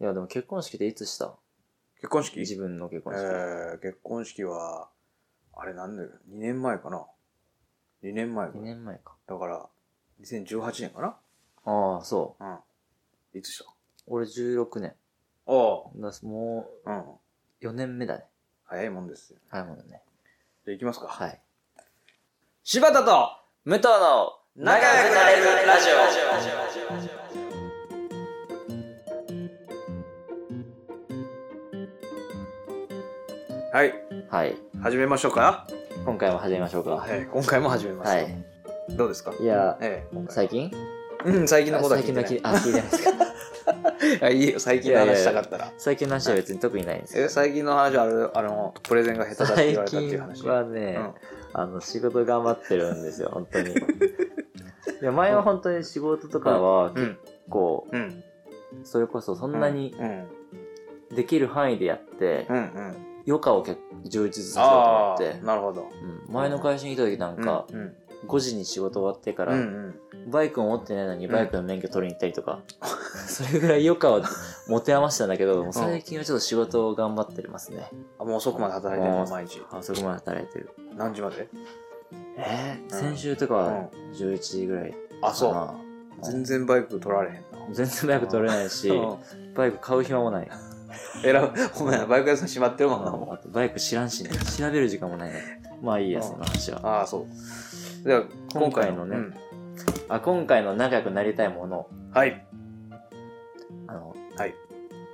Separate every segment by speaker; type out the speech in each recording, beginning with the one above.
Speaker 1: いや、でも結婚式っていつした
Speaker 2: 結婚式
Speaker 1: 自分の結婚式。
Speaker 2: えー、結婚式は、あれなんだよ、2年前かな。2年前か
Speaker 1: 2。年前か。
Speaker 2: だから、2018年か
Speaker 1: ああ、そ
Speaker 2: なうん。いつした
Speaker 1: う。俺16年。
Speaker 2: あ
Speaker 1: だも
Speaker 2: あ。うん。
Speaker 1: う4年目だね。
Speaker 2: 早いもんですよ。
Speaker 1: 早いもんだね。
Speaker 2: じゃあ行きますか。い。
Speaker 1: はい。
Speaker 2: 柴田と
Speaker 1: 武藤の
Speaker 2: 仲良くなれるラジオはい、
Speaker 1: オ。はい。
Speaker 2: 始めましょうか。
Speaker 1: 今回も始めましょうか。は
Speaker 2: えー今回も始めます。
Speaker 1: い。
Speaker 2: どうですか
Speaker 1: いや、
Speaker 2: ええ今回
Speaker 1: 最近
Speaker 2: うん、最近のことは
Speaker 1: 最
Speaker 2: 聞い
Speaker 1: 近
Speaker 2: て
Speaker 1: の
Speaker 2: な
Speaker 1: きあ、聞
Speaker 2: い。
Speaker 1: いてない ですか。
Speaker 2: あ いいよ、最近の話したかったら。
Speaker 1: 最近の話は別に特にないんですけ
Speaker 2: え、
Speaker 1: ど。
Speaker 2: 最近の話はあれ、あの、プレゼンが下手だって言われたっていう
Speaker 1: 最
Speaker 2: 話。
Speaker 1: 近はね、
Speaker 2: うん
Speaker 1: あの、仕事頑張ってるんですよ、本当 に。いや、前は本当に仕事とかは
Speaker 2: う
Speaker 1: 結
Speaker 2: ん、
Speaker 1: 構、
Speaker 2: うん。
Speaker 1: それこそそんなに
Speaker 2: うん、
Speaker 1: できる範囲でやって
Speaker 2: う、ん、うん。
Speaker 1: 余暇を結構充実させようと思
Speaker 2: あ
Speaker 1: っ
Speaker 2: あ
Speaker 1: て
Speaker 2: ー、。なるほど。
Speaker 1: うん前の会社にいた時なんか、
Speaker 2: うん、うん
Speaker 1: 5時に仕事終わってか
Speaker 2: う
Speaker 1: ら、
Speaker 2: んうん。
Speaker 1: バイクを持ってないのにバイクの免許取りに行ったりとか、 それぐらい余暇を持て余したんだけど、もう最近はちょっと仕事を頑張ってますね。
Speaker 2: あ、もう遅くまで働いてる
Speaker 1: も
Speaker 2: の、
Speaker 1: う
Speaker 2: 毎日。
Speaker 1: あそこまで働いてる。
Speaker 2: 何時まで
Speaker 1: え
Speaker 2: ん
Speaker 1: ー、先週とかは11時ぐらいか
Speaker 2: あ、
Speaker 1: な。
Speaker 2: そう。全然バイク取られへんな。
Speaker 1: 全然バイク取れないし、
Speaker 2: うん
Speaker 1: バイク買う暇もない。
Speaker 2: えら、 ごめん、バイク屋さん閉まってるもんな、も
Speaker 1: あとバイク知らんしね、調べる時間もないね。まあいいや、
Speaker 2: うん
Speaker 1: その話
Speaker 2: う。
Speaker 1: は。
Speaker 2: ああ、そう。では、今
Speaker 1: 今
Speaker 2: 回
Speaker 1: 回
Speaker 2: の
Speaker 1: の
Speaker 2: ね
Speaker 1: ね。あ、今回の仲良くなりたいもの、
Speaker 2: うんはい。
Speaker 1: あの、
Speaker 2: はい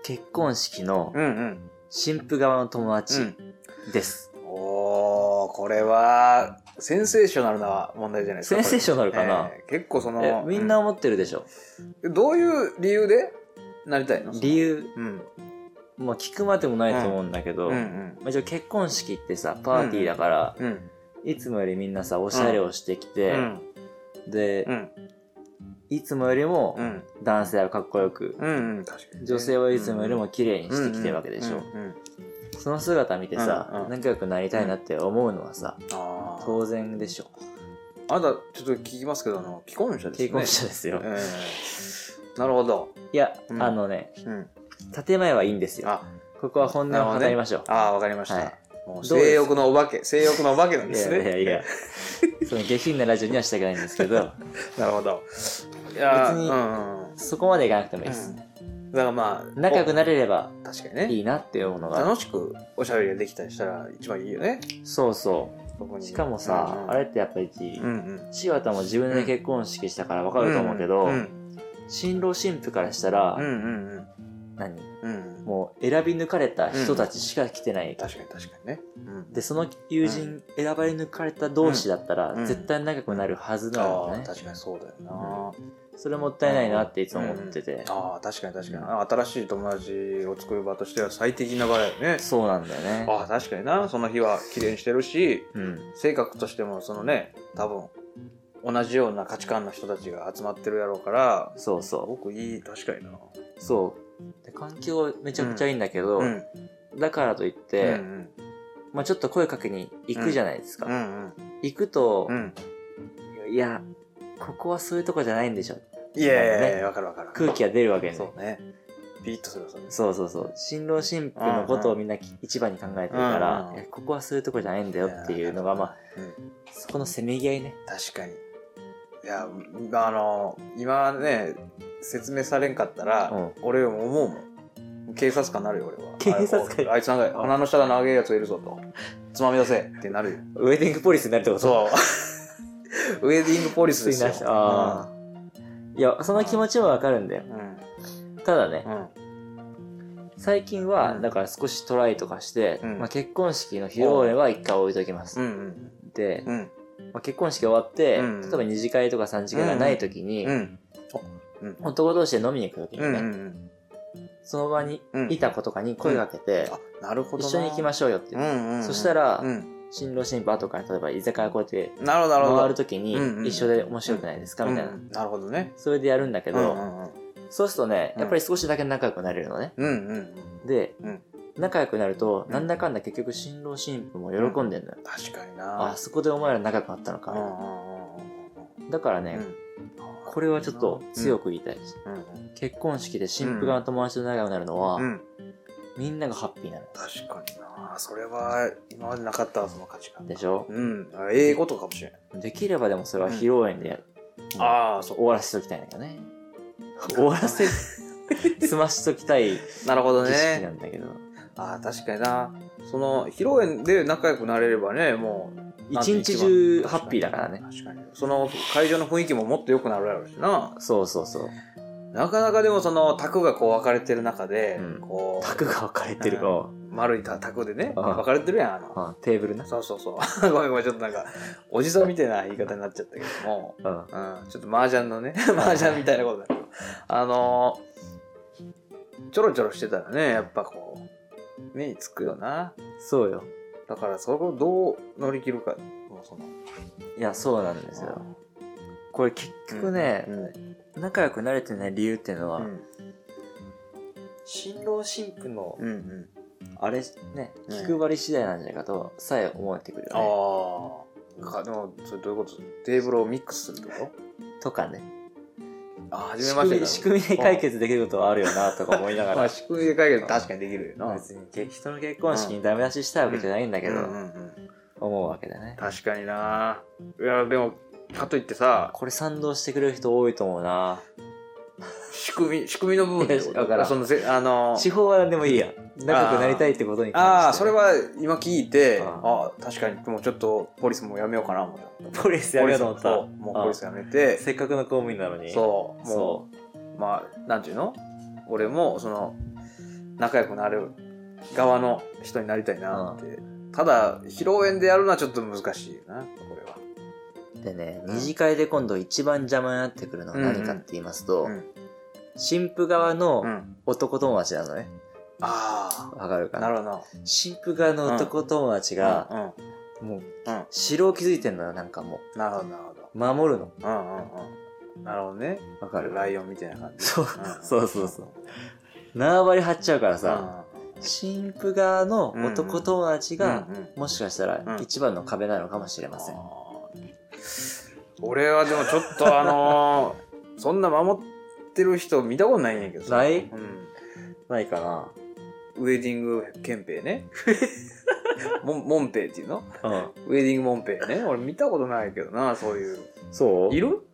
Speaker 1: 結婚式の
Speaker 2: うんうん。
Speaker 1: 新婦側の友
Speaker 2: う
Speaker 1: 達
Speaker 2: ん
Speaker 1: です。
Speaker 2: おー、これは、センセーショナルな問題じゃないです
Speaker 1: セ
Speaker 2: か。
Speaker 1: ンセーショナル
Speaker 2: ョ
Speaker 1: かな、
Speaker 2: 結構そ
Speaker 1: え
Speaker 2: の、
Speaker 1: みんな思ってるでしょ。
Speaker 2: うん、どういう理由でなりたいの
Speaker 1: 理由、
Speaker 2: うん。
Speaker 1: まあ聞くまでもないと思うんだけど、
Speaker 2: うんう
Speaker 1: ま
Speaker 2: ん。
Speaker 1: あ一応結婚式ってさ、パーティーだから、
Speaker 2: うん。
Speaker 1: いつもよりみんなさ、おしゃれをしてきて、
Speaker 2: うん。
Speaker 1: で、
Speaker 2: うん。
Speaker 1: いつもよりも
Speaker 2: うん。
Speaker 1: 男性はかっこよく、
Speaker 2: うんうん。確かに。
Speaker 1: 女性はいつもよりも綺麗に
Speaker 2: うん
Speaker 1: してきてるわけでしょ。
Speaker 2: うんうんうん
Speaker 1: その姿見てさ、
Speaker 2: うんうん
Speaker 1: 仲良くなりたいなって思うのはさ、
Speaker 2: ああ。
Speaker 1: 当然でしょ。
Speaker 2: あなた、ちょっと聞きますけど、あの、既婚者ですね。
Speaker 1: 結婚者ですよ。
Speaker 2: ええなるほど。
Speaker 1: いや、
Speaker 2: うん
Speaker 1: あのね、
Speaker 2: うん。
Speaker 1: 建前はいいんですよ。
Speaker 2: あ、
Speaker 1: ここは本音を語りましょう。
Speaker 2: ああ、わかりました。
Speaker 1: はい
Speaker 2: もう
Speaker 1: どうです
Speaker 2: 性欲のお化け、性欲のお化けなん
Speaker 1: い
Speaker 2: です
Speaker 1: や
Speaker 2: ね。
Speaker 1: いやい や、その下品なラジオにはしたくないんですけど、
Speaker 2: なるほど。いや
Speaker 1: 別に
Speaker 2: うんうんうん
Speaker 1: そこまでいかなくてもいいです。
Speaker 2: だからまあ、
Speaker 1: 仲良く
Speaker 2: る。
Speaker 1: なれれば
Speaker 2: 確かにね。
Speaker 1: いいなっていうものが。
Speaker 2: 楽しくおしゃべりができたりしたら一番いいよね。
Speaker 1: そうそう。
Speaker 2: そこに
Speaker 1: しかもさ、
Speaker 2: うんうん
Speaker 1: あれってやっぱり、
Speaker 2: うんうん。
Speaker 1: 柴田も自分で結婚式したからわか
Speaker 2: あ
Speaker 1: ると思うけど、
Speaker 2: うん
Speaker 1: 新郎新婦からしたら、
Speaker 2: うんうんうん
Speaker 1: 何
Speaker 2: うん。うん。
Speaker 1: もう選び抜かれた人たちしか来てない
Speaker 2: 確かに確かにね。うん。
Speaker 1: でその友人選ばれ抜かれた同士だったら、
Speaker 2: うん
Speaker 1: 絶対仲良くなるはずな
Speaker 2: あ
Speaker 1: の
Speaker 2: あ
Speaker 1: ね、
Speaker 2: 確かにそうだよな。
Speaker 1: それもったいないなっていつも思ってて、
Speaker 2: うんうんああ、確かに確かに。あ新しい友達を作る場としては最適な場だよね。
Speaker 1: そうなんだよね
Speaker 2: ああ、確かにな。その日は綺麗にしてるし、
Speaker 1: うん
Speaker 2: 性格としてもそのね多分同じような価値観の人たちが集まってるやろうからす
Speaker 1: そうそ
Speaker 2: ごくいい確かにな
Speaker 1: うそうで環境はめちゃくちゃいいんだけど、
Speaker 2: うん
Speaker 1: だからといっ
Speaker 2: うんう
Speaker 1: て、
Speaker 2: ん
Speaker 1: まあ、ちょっと声かけに行くじゃないですか、
Speaker 2: うん
Speaker 1: 行くと
Speaker 2: う、ん
Speaker 1: いやここはそういうとこじゃないんでしょ
Speaker 2: いやいやい
Speaker 1: ね
Speaker 2: やわかるわかる
Speaker 1: 空気が出るわけね
Speaker 2: そうねピリッとするわそれ
Speaker 1: そうそうそう新郎新婦のことをみんなき一番に考えてるから、
Speaker 2: うんうん
Speaker 1: いやここはそういうとこじゃないんだよっていうのがまあ
Speaker 2: うん
Speaker 1: そこのせめぎ合いね
Speaker 2: 確かにいやあの今ね説明されんかったら、
Speaker 1: うん
Speaker 2: 俺も思うもん警察官になるよ俺は
Speaker 1: 警察官
Speaker 2: あおあいつなんか鼻の下が長いやつがいるぞとつまみ出せってなるよ
Speaker 1: ウェディングポリスになるってこと
Speaker 2: そう。ウェディングポリスですよ。
Speaker 1: 普通に出したあいや、その気持ちもわかるんだよ
Speaker 2: う。ん。
Speaker 1: ただね
Speaker 2: う、ん。
Speaker 1: 最近は、
Speaker 2: うん
Speaker 1: だから少しトライとかして、
Speaker 2: うん
Speaker 1: まあ、結婚式の披露宴は一回置いときま
Speaker 2: う
Speaker 1: す。
Speaker 2: ん。
Speaker 1: で、
Speaker 2: うん。
Speaker 1: まあ、結婚式終わって、
Speaker 2: うん
Speaker 1: 例えば二次会とか三次会がない時に、
Speaker 2: うん。
Speaker 1: 男同士で飲みに行く時に
Speaker 2: う
Speaker 1: ね、
Speaker 2: ん。うん。
Speaker 1: その場に
Speaker 2: うん
Speaker 1: いた子とかに声かけて、
Speaker 2: あ、なるほど。
Speaker 1: 一緒に行きま
Speaker 2: し
Speaker 1: しょうよって、
Speaker 2: うんうんうん。
Speaker 1: そしたら
Speaker 2: うん。
Speaker 1: 新郎新婦後から例えば居酒屋こうやって
Speaker 2: なるほど、なるほど。
Speaker 1: 回る時に
Speaker 2: うんうん
Speaker 1: 一緒で面白くないですか、みたいな、
Speaker 2: うんうんなるほどね。
Speaker 1: それでやるんだけ
Speaker 2: う
Speaker 1: ど、
Speaker 2: んうんうん。
Speaker 1: そうするとね
Speaker 2: うん
Speaker 1: やっぱり少しだけ仲良くなれるのね、
Speaker 2: うんうんうん。
Speaker 1: で、
Speaker 2: うん
Speaker 1: 仲良くなると、
Speaker 2: うん
Speaker 1: なんだかんだ結局新郎新婦も喜んでんだよ、
Speaker 2: 確かに
Speaker 1: あ
Speaker 2: な。
Speaker 1: そこでお前ら仲良くなったの
Speaker 2: う
Speaker 1: か、
Speaker 2: んうんうんうんうん
Speaker 1: だからね、
Speaker 2: うん。
Speaker 1: これはちょっと強く言いたい、
Speaker 2: うんうん。
Speaker 1: 結婚式で新婦側の友達と仲良くなるのは、
Speaker 2: うん。
Speaker 1: みんながハッピーなの。
Speaker 2: 確かになそれは今までなかったわその価値観
Speaker 1: でしょ
Speaker 2: うん英語とかかもしれない、
Speaker 1: できればでもそれは披露宴でやる
Speaker 2: ああそ
Speaker 1: 終わらせときたいんだけ どね。終わらせ、済ましときたい儀
Speaker 2: うなるほ ど
Speaker 1: 式な
Speaker 2: ね
Speaker 1: んだけど。
Speaker 2: ああ確かになその披露宴で仲良くなれればねもう
Speaker 1: 一日中ハッピーだからね。
Speaker 2: 確かにその会場の雰囲気ももっと良くなるやろうしな
Speaker 1: そうそうそう。
Speaker 2: なかなかでもその卓がこう分かれてる中で、
Speaker 1: うん
Speaker 2: こ
Speaker 1: 卓が分かれてるの。
Speaker 2: う丸い卓でね
Speaker 1: あ
Speaker 2: 分かれてるやんあの
Speaker 1: うん、テーブルな。
Speaker 2: そうそうそう ごめんごめんちょっとなんかおじさんみたいな言い方になっちゃったけども
Speaker 1: うん。
Speaker 2: うんちょっと麻雀のね 麻雀みたいなことだけどあのーちょろちょろしてたらねやっぱこう目につくよな
Speaker 1: そうよ。
Speaker 2: だからそれをどう乗り切るかもうその
Speaker 1: いや、そうなんですよ。これ結局ね、
Speaker 2: うん
Speaker 1: 仲良くなれてない理由っていうのは、
Speaker 2: うん
Speaker 1: 新郎新婦の、
Speaker 2: うんうん
Speaker 1: あれね、
Speaker 2: うん
Speaker 1: 気配り次第なんじゃないかと、さえ思ってくるよね。
Speaker 2: ああかでもそれどういうことテーブルをミックスするってこと
Speaker 1: とかね。
Speaker 2: あ初
Speaker 1: 仕
Speaker 2: めまして
Speaker 1: 組み仕組みで解決できることはあるよな、とか思いなが
Speaker 2: まあ
Speaker 1: ら。
Speaker 2: 仕組みで解決確かにできるよな
Speaker 1: 別にけ人の結婚式にダメ出ししたいわけじゃないんだけど、
Speaker 2: うんうんうん
Speaker 1: 思うわけだね。
Speaker 2: 確かにないやでもかといってさ
Speaker 1: これ賛同してくれる人多いと思うな。
Speaker 2: 仕 組み仕組みの部分ってこと
Speaker 1: いやだから
Speaker 2: そのせあの
Speaker 1: 地方はでもいいや。仲良くなりたいってことに関して、
Speaker 2: ああそれ。は今聞いて
Speaker 1: うん
Speaker 2: ああ確かにもうちょっとポリスもやめようかなもう
Speaker 1: ポリスやめようと思った
Speaker 2: ポリスももうポリスやめて
Speaker 1: せっかくの公務員なのに。
Speaker 2: そうも
Speaker 1: そう
Speaker 2: まあなんていうの俺もその仲良くなる側の人になりたいなってただ披露宴でやるのはちょっと難しいよなこれは
Speaker 1: う。でね、二次会で今度一番邪魔になってくるのは何かって言いますと、
Speaker 2: うん
Speaker 1: 新婦側の
Speaker 2: うん
Speaker 1: 男友達なのね。
Speaker 2: あ
Speaker 1: わかるか
Speaker 2: あな
Speaker 1: な
Speaker 2: るほど
Speaker 1: 新婦側の男友達が、
Speaker 2: なうん
Speaker 1: もう、
Speaker 2: うん
Speaker 1: 城を築いてんのよ、なんかも
Speaker 2: なるほどなるほど
Speaker 1: う。守るの。
Speaker 2: うんうんうんなるほどね
Speaker 1: わかる
Speaker 2: ライオンみたいな感じ
Speaker 1: そう、
Speaker 2: うん
Speaker 1: そうそうそう。縄張り張っちゃうからさ、
Speaker 2: さ
Speaker 1: 新婦側の男友達が、
Speaker 2: うんうん
Speaker 1: もしかしたら
Speaker 2: うん
Speaker 1: 一番の壁なのかもしれません。
Speaker 2: 俺はでもちょっとあのーそんな守ってる人見たことないんやけどさ
Speaker 1: ない
Speaker 2: うん
Speaker 1: ないかな
Speaker 2: ウェディング憲兵ねモンモンペイっていうの
Speaker 1: うん。
Speaker 2: ウェディングモンペイね俺見たことないけどなそういう
Speaker 1: そう
Speaker 2: い
Speaker 1: い
Speaker 2: る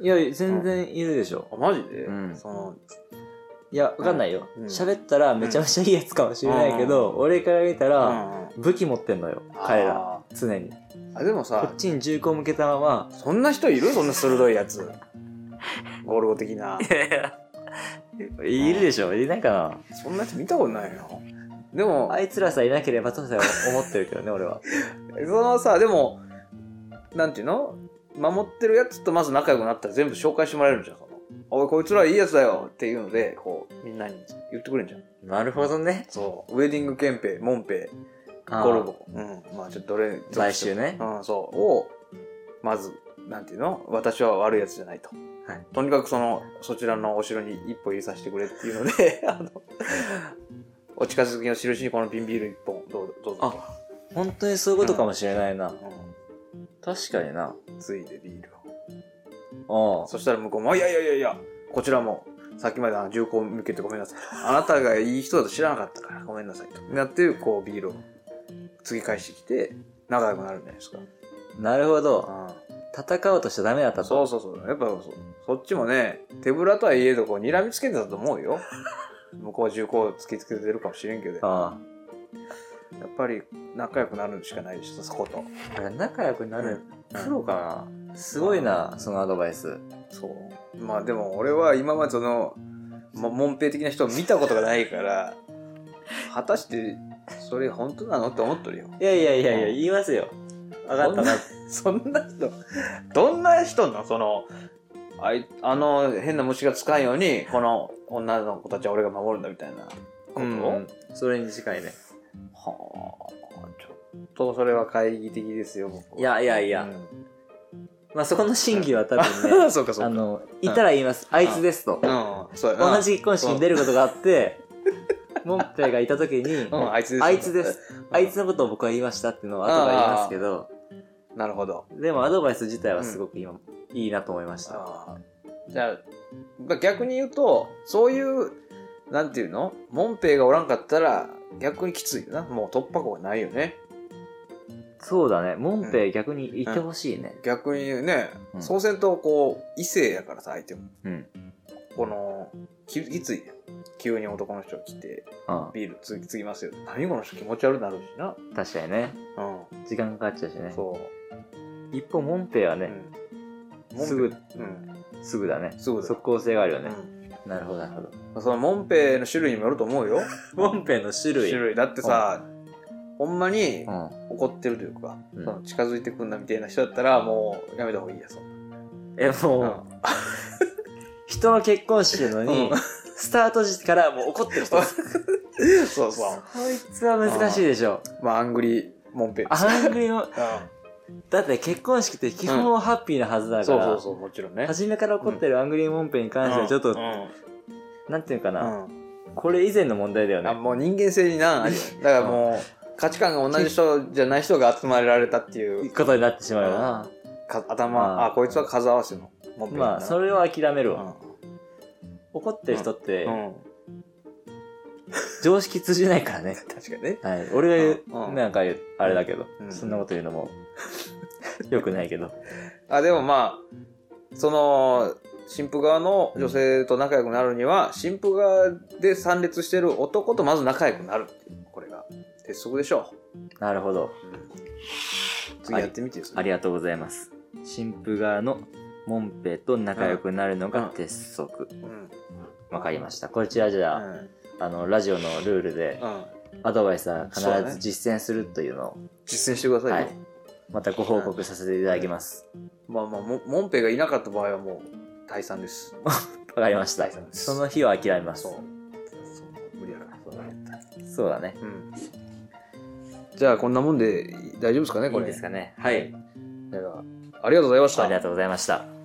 Speaker 1: や、全然いるでしょ。
Speaker 2: あマジで、
Speaker 1: うん
Speaker 2: その
Speaker 1: いや、わかんないよ
Speaker 2: うん。
Speaker 1: 喋、ったらめちゃめちゃいいやつかもしれないけど、俺から見たら、
Speaker 2: うん
Speaker 1: 武器持ってんのよ、彼ら。
Speaker 2: あ
Speaker 1: 常に。
Speaker 2: ーあでも
Speaker 1: こ
Speaker 2: さ
Speaker 1: っちに銃口向けたまま、
Speaker 2: そんな人いるそんな鋭いやつゴルゴ的ない
Speaker 1: るでしょいないかな、
Speaker 2: そんな人見たことないよでも
Speaker 1: あいつらさえいなければとさえ思ってるけどね、俺は。
Speaker 2: そのさでもなんていうの守ってるやつとまず仲良くなったら全部紹介してもらえるじゃんその「おいこいつらいいやつだよ」っていうのでこうみんなに言ってくれるじゃん
Speaker 1: なるほどね。
Speaker 2: そうウェディング憲兵モンペイゴルゴうんまあちょっと俺
Speaker 1: 買収ね
Speaker 2: うんそうをまずなんていうの私は悪いやつじゃないと、
Speaker 1: はい
Speaker 2: とにかくそのそちらのお城に一歩入れさせてくれっていうのであのお近づきの印にこの瓶ビール一本どうぞどうぞ
Speaker 1: あ本当にそういうことかもしれないな。
Speaker 2: う
Speaker 1: 確かにな。
Speaker 2: ん、ついでビールを
Speaker 1: うん。
Speaker 2: そしたら向こうも、いやいやいやいや、こちらも、さっきまであの銃口を向けてごめんなさい。あなたがいい人だと知らなかったから、ごめんなさいと。なって、こう、ビールを、継ぎ返してきて、仲良くなるんじゃないですか。
Speaker 1: なるほど。
Speaker 2: う
Speaker 1: 戦おうとしちゃダメだった
Speaker 2: ん、そう
Speaker 1: と。
Speaker 2: そうそう。やっぱそ、そっちもね、手ぶらとはいえど、こう、睨みつけてたと思うよ。向こうは銃口を突きつけてるかもしれんけど、やっ
Speaker 1: あ
Speaker 2: ぱり仲良くなるしかないでしょ、そこと。
Speaker 1: あ。だから仲良くなる
Speaker 2: うん
Speaker 1: プロかな。すごいな、そのアドバイス。
Speaker 2: そう。まあでも、俺は今までその、もモンペイ的な人を見たことがないから、果たして、それ本当なのって思っとるよ。
Speaker 1: いやいやいやいや、
Speaker 2: うん
Speaker 1: 言いますよ。わかったな。
Speaker 2: そんな人、どんな人なのその、あい、あの変な虫がつかんように、この女の子たちは俺が守るんだみたいなこと、
Speaker 1: うん。それに近いね。
Speaker 2: はあ、ちょっとそれは懐疑的ですよ、僕は。
Speaker 1: い、やいやい
Speaker 2: い
Speaker 1: や。まあそこの真偽は多 分
Speaker 2: う
Speaker 1: ね
Speaker 2: ん、、そうかそうか。
Speaker 1: あの、いたら言います。あいつですと。
Speaker 2: うん、そうやな
Speaker 1: 同じ結婚式に出ることがあって、モンペイがいた時に
Speaker 2: う、ん、あいつです。
Speaker 1: あいつです。あいつのことを僕は言いましたっていうのは後から言いますけど、
Speaker 2: なるほど。
Speaker 1: でもアドバイス自体はすごく今、いいなと思いました。
Speaker 2: あじゃあまあ逆に言うとそういうなんていうのモンペイがおらんかったら逆にきついよなもう突破口がないよね
Speaker 1: そうだね。モンペイ逆にいてほしいね。
Speaker 2: 逆にね、
Speaker 1: うん
Speaker 2: そうせんとこう異性やからさ相手も
Speaker 1: うん。
Speaker 2: このききついやん急に男の人が来て
Speaker 1: うん。
Speaker 2: ビールつつぎますよ何この人気持ち悪くなるしな
Speaker 1: 確かにね。
Speaker 2: う
Speaker 1: 時間かかっちゃうしね
Speaker 2: ん。そ
Speaker 1: 一方、モンペイは
Speaker 2: う、
Speaker 1: ね、
Speaker 2: うん、
Speaker 1: すぐ
Speaker 2: モンペイうん
Speaker 1: すぐだね。
Speaker 2: すぐだ
Speaker 1: 即効性があるよね。
Speaker 2: う
Speaker 1: なるほど、なるほど。
Speaker 2: ん、そのモンペイの種類にもよると思うよ
Speaker 1: モンペイの種類。
Speaker 2: 種類だってさ、ほんまに
Speaker 1: うん。
Speaker 2: 怒ってるというか、
Speaker 1: うん
Speaker 2: その近づいてくんなみたいな人だったらもうやめた方がいいやそん
Speaker 1: え、もう、
Speaker 2: な、
Speaker 1: 人の結婚式なのに、
Speaker 2: うん
Speaker 1: スタート時からもう怒ってる人。そ
Speaker 2: うん、そ うそう
Speaker 1: いつは難しいでしょ。
Speaker 2: まあアングリーモンペイです
Speaker 1: アングリの、
Speaker 2: う
Speaker 1: だって結婚式って基本はハッピーなはずだ
Speaker 2: ん、
Speaker 1: か
Speaker 2: そう
Speaker 1: ら、
Speaker 2: そうそうもちろんね
Speaker 1: 初めから怒ってるアングリーモンペイに関してはちょっと、
Speaker 2: うんうん
Speaker 1: なんていうのかな、
Speaker 2: うん
Speaker 1: これ以前の問題だよ
Speaker 2: あ
Speaker 1: ね。
Speaker 2: もう人間性になあるよだからもう価値観が同じ人じゃない人が集まれられたっていう
Speaker 1: ことになってしまうよな。
Speaker 2: か
Speaker 1: ま
Speaker 2: 頭
Speaker 1: あ
Speaker 2: あこいつは数合わせのモンペイだな
Speaker 1: まあ、それは諦める
Speaker 2: う
Speaker 1: わ。
Speaker 2: ん
Speaker 1: 怒ってる人って
Speaker 2: う、ん、
Speaker 1: 常識通じないからね。
Speaker 2: 確かにね
Speaker 1: はい。俺が言う、
Speaker 2: うん
Speaker 1: なんか言うあれだけど、
Speaker 2: うん
Speaker 1: そんなこと言うのも、 よくないけど。
Speaker 2: あでもまあその新婦側の女性と仲良くなるには新婦側で参列してる男とまず仲良くなるっていうこれが鉄則でしょ
Speaker 1: なるほど。
Speaker 2: う次やってみてよ
Speaker 1: ありがとうございます。新婦側のモンペイと仲良くなるのが鉄則。
Speaker 2: うんうん
Speaker 1: わかりました。こちらじゃあ、あの、ラジオのルールで、
Speaker 2: うん
Speaker 1: アドバイスは必
Speaker 2: そうだね
Speaker 1: ず実践するというのを、
Speaker 2: 実践してくださ
Speaker 1: はいい
Speaker 2: よ、。
Speaker 1: またご報告させていただきます。
Speaker 2: まあまあモモンペがいなかった場合はもう退散です
Speaker 1: わかりました
Speaker 2: 大丈夫。です
Speaker 1: その日は諦めます。
Speaker 2: そう
Speaker 1: そ
Speaker 2: そう無理やからそうだね
Speaker 1: うだね。
Speaker 2: うんじゃあこんなもんで大丈夫ですかね
Speaker 1: い
Speaker 2: こ
Speaker 1: い
Speaker 2: れ
Speaker 1: ですかね。はい。
Speaker 2: じゃあありがとうございました
Speaker 1: ありがとうございました。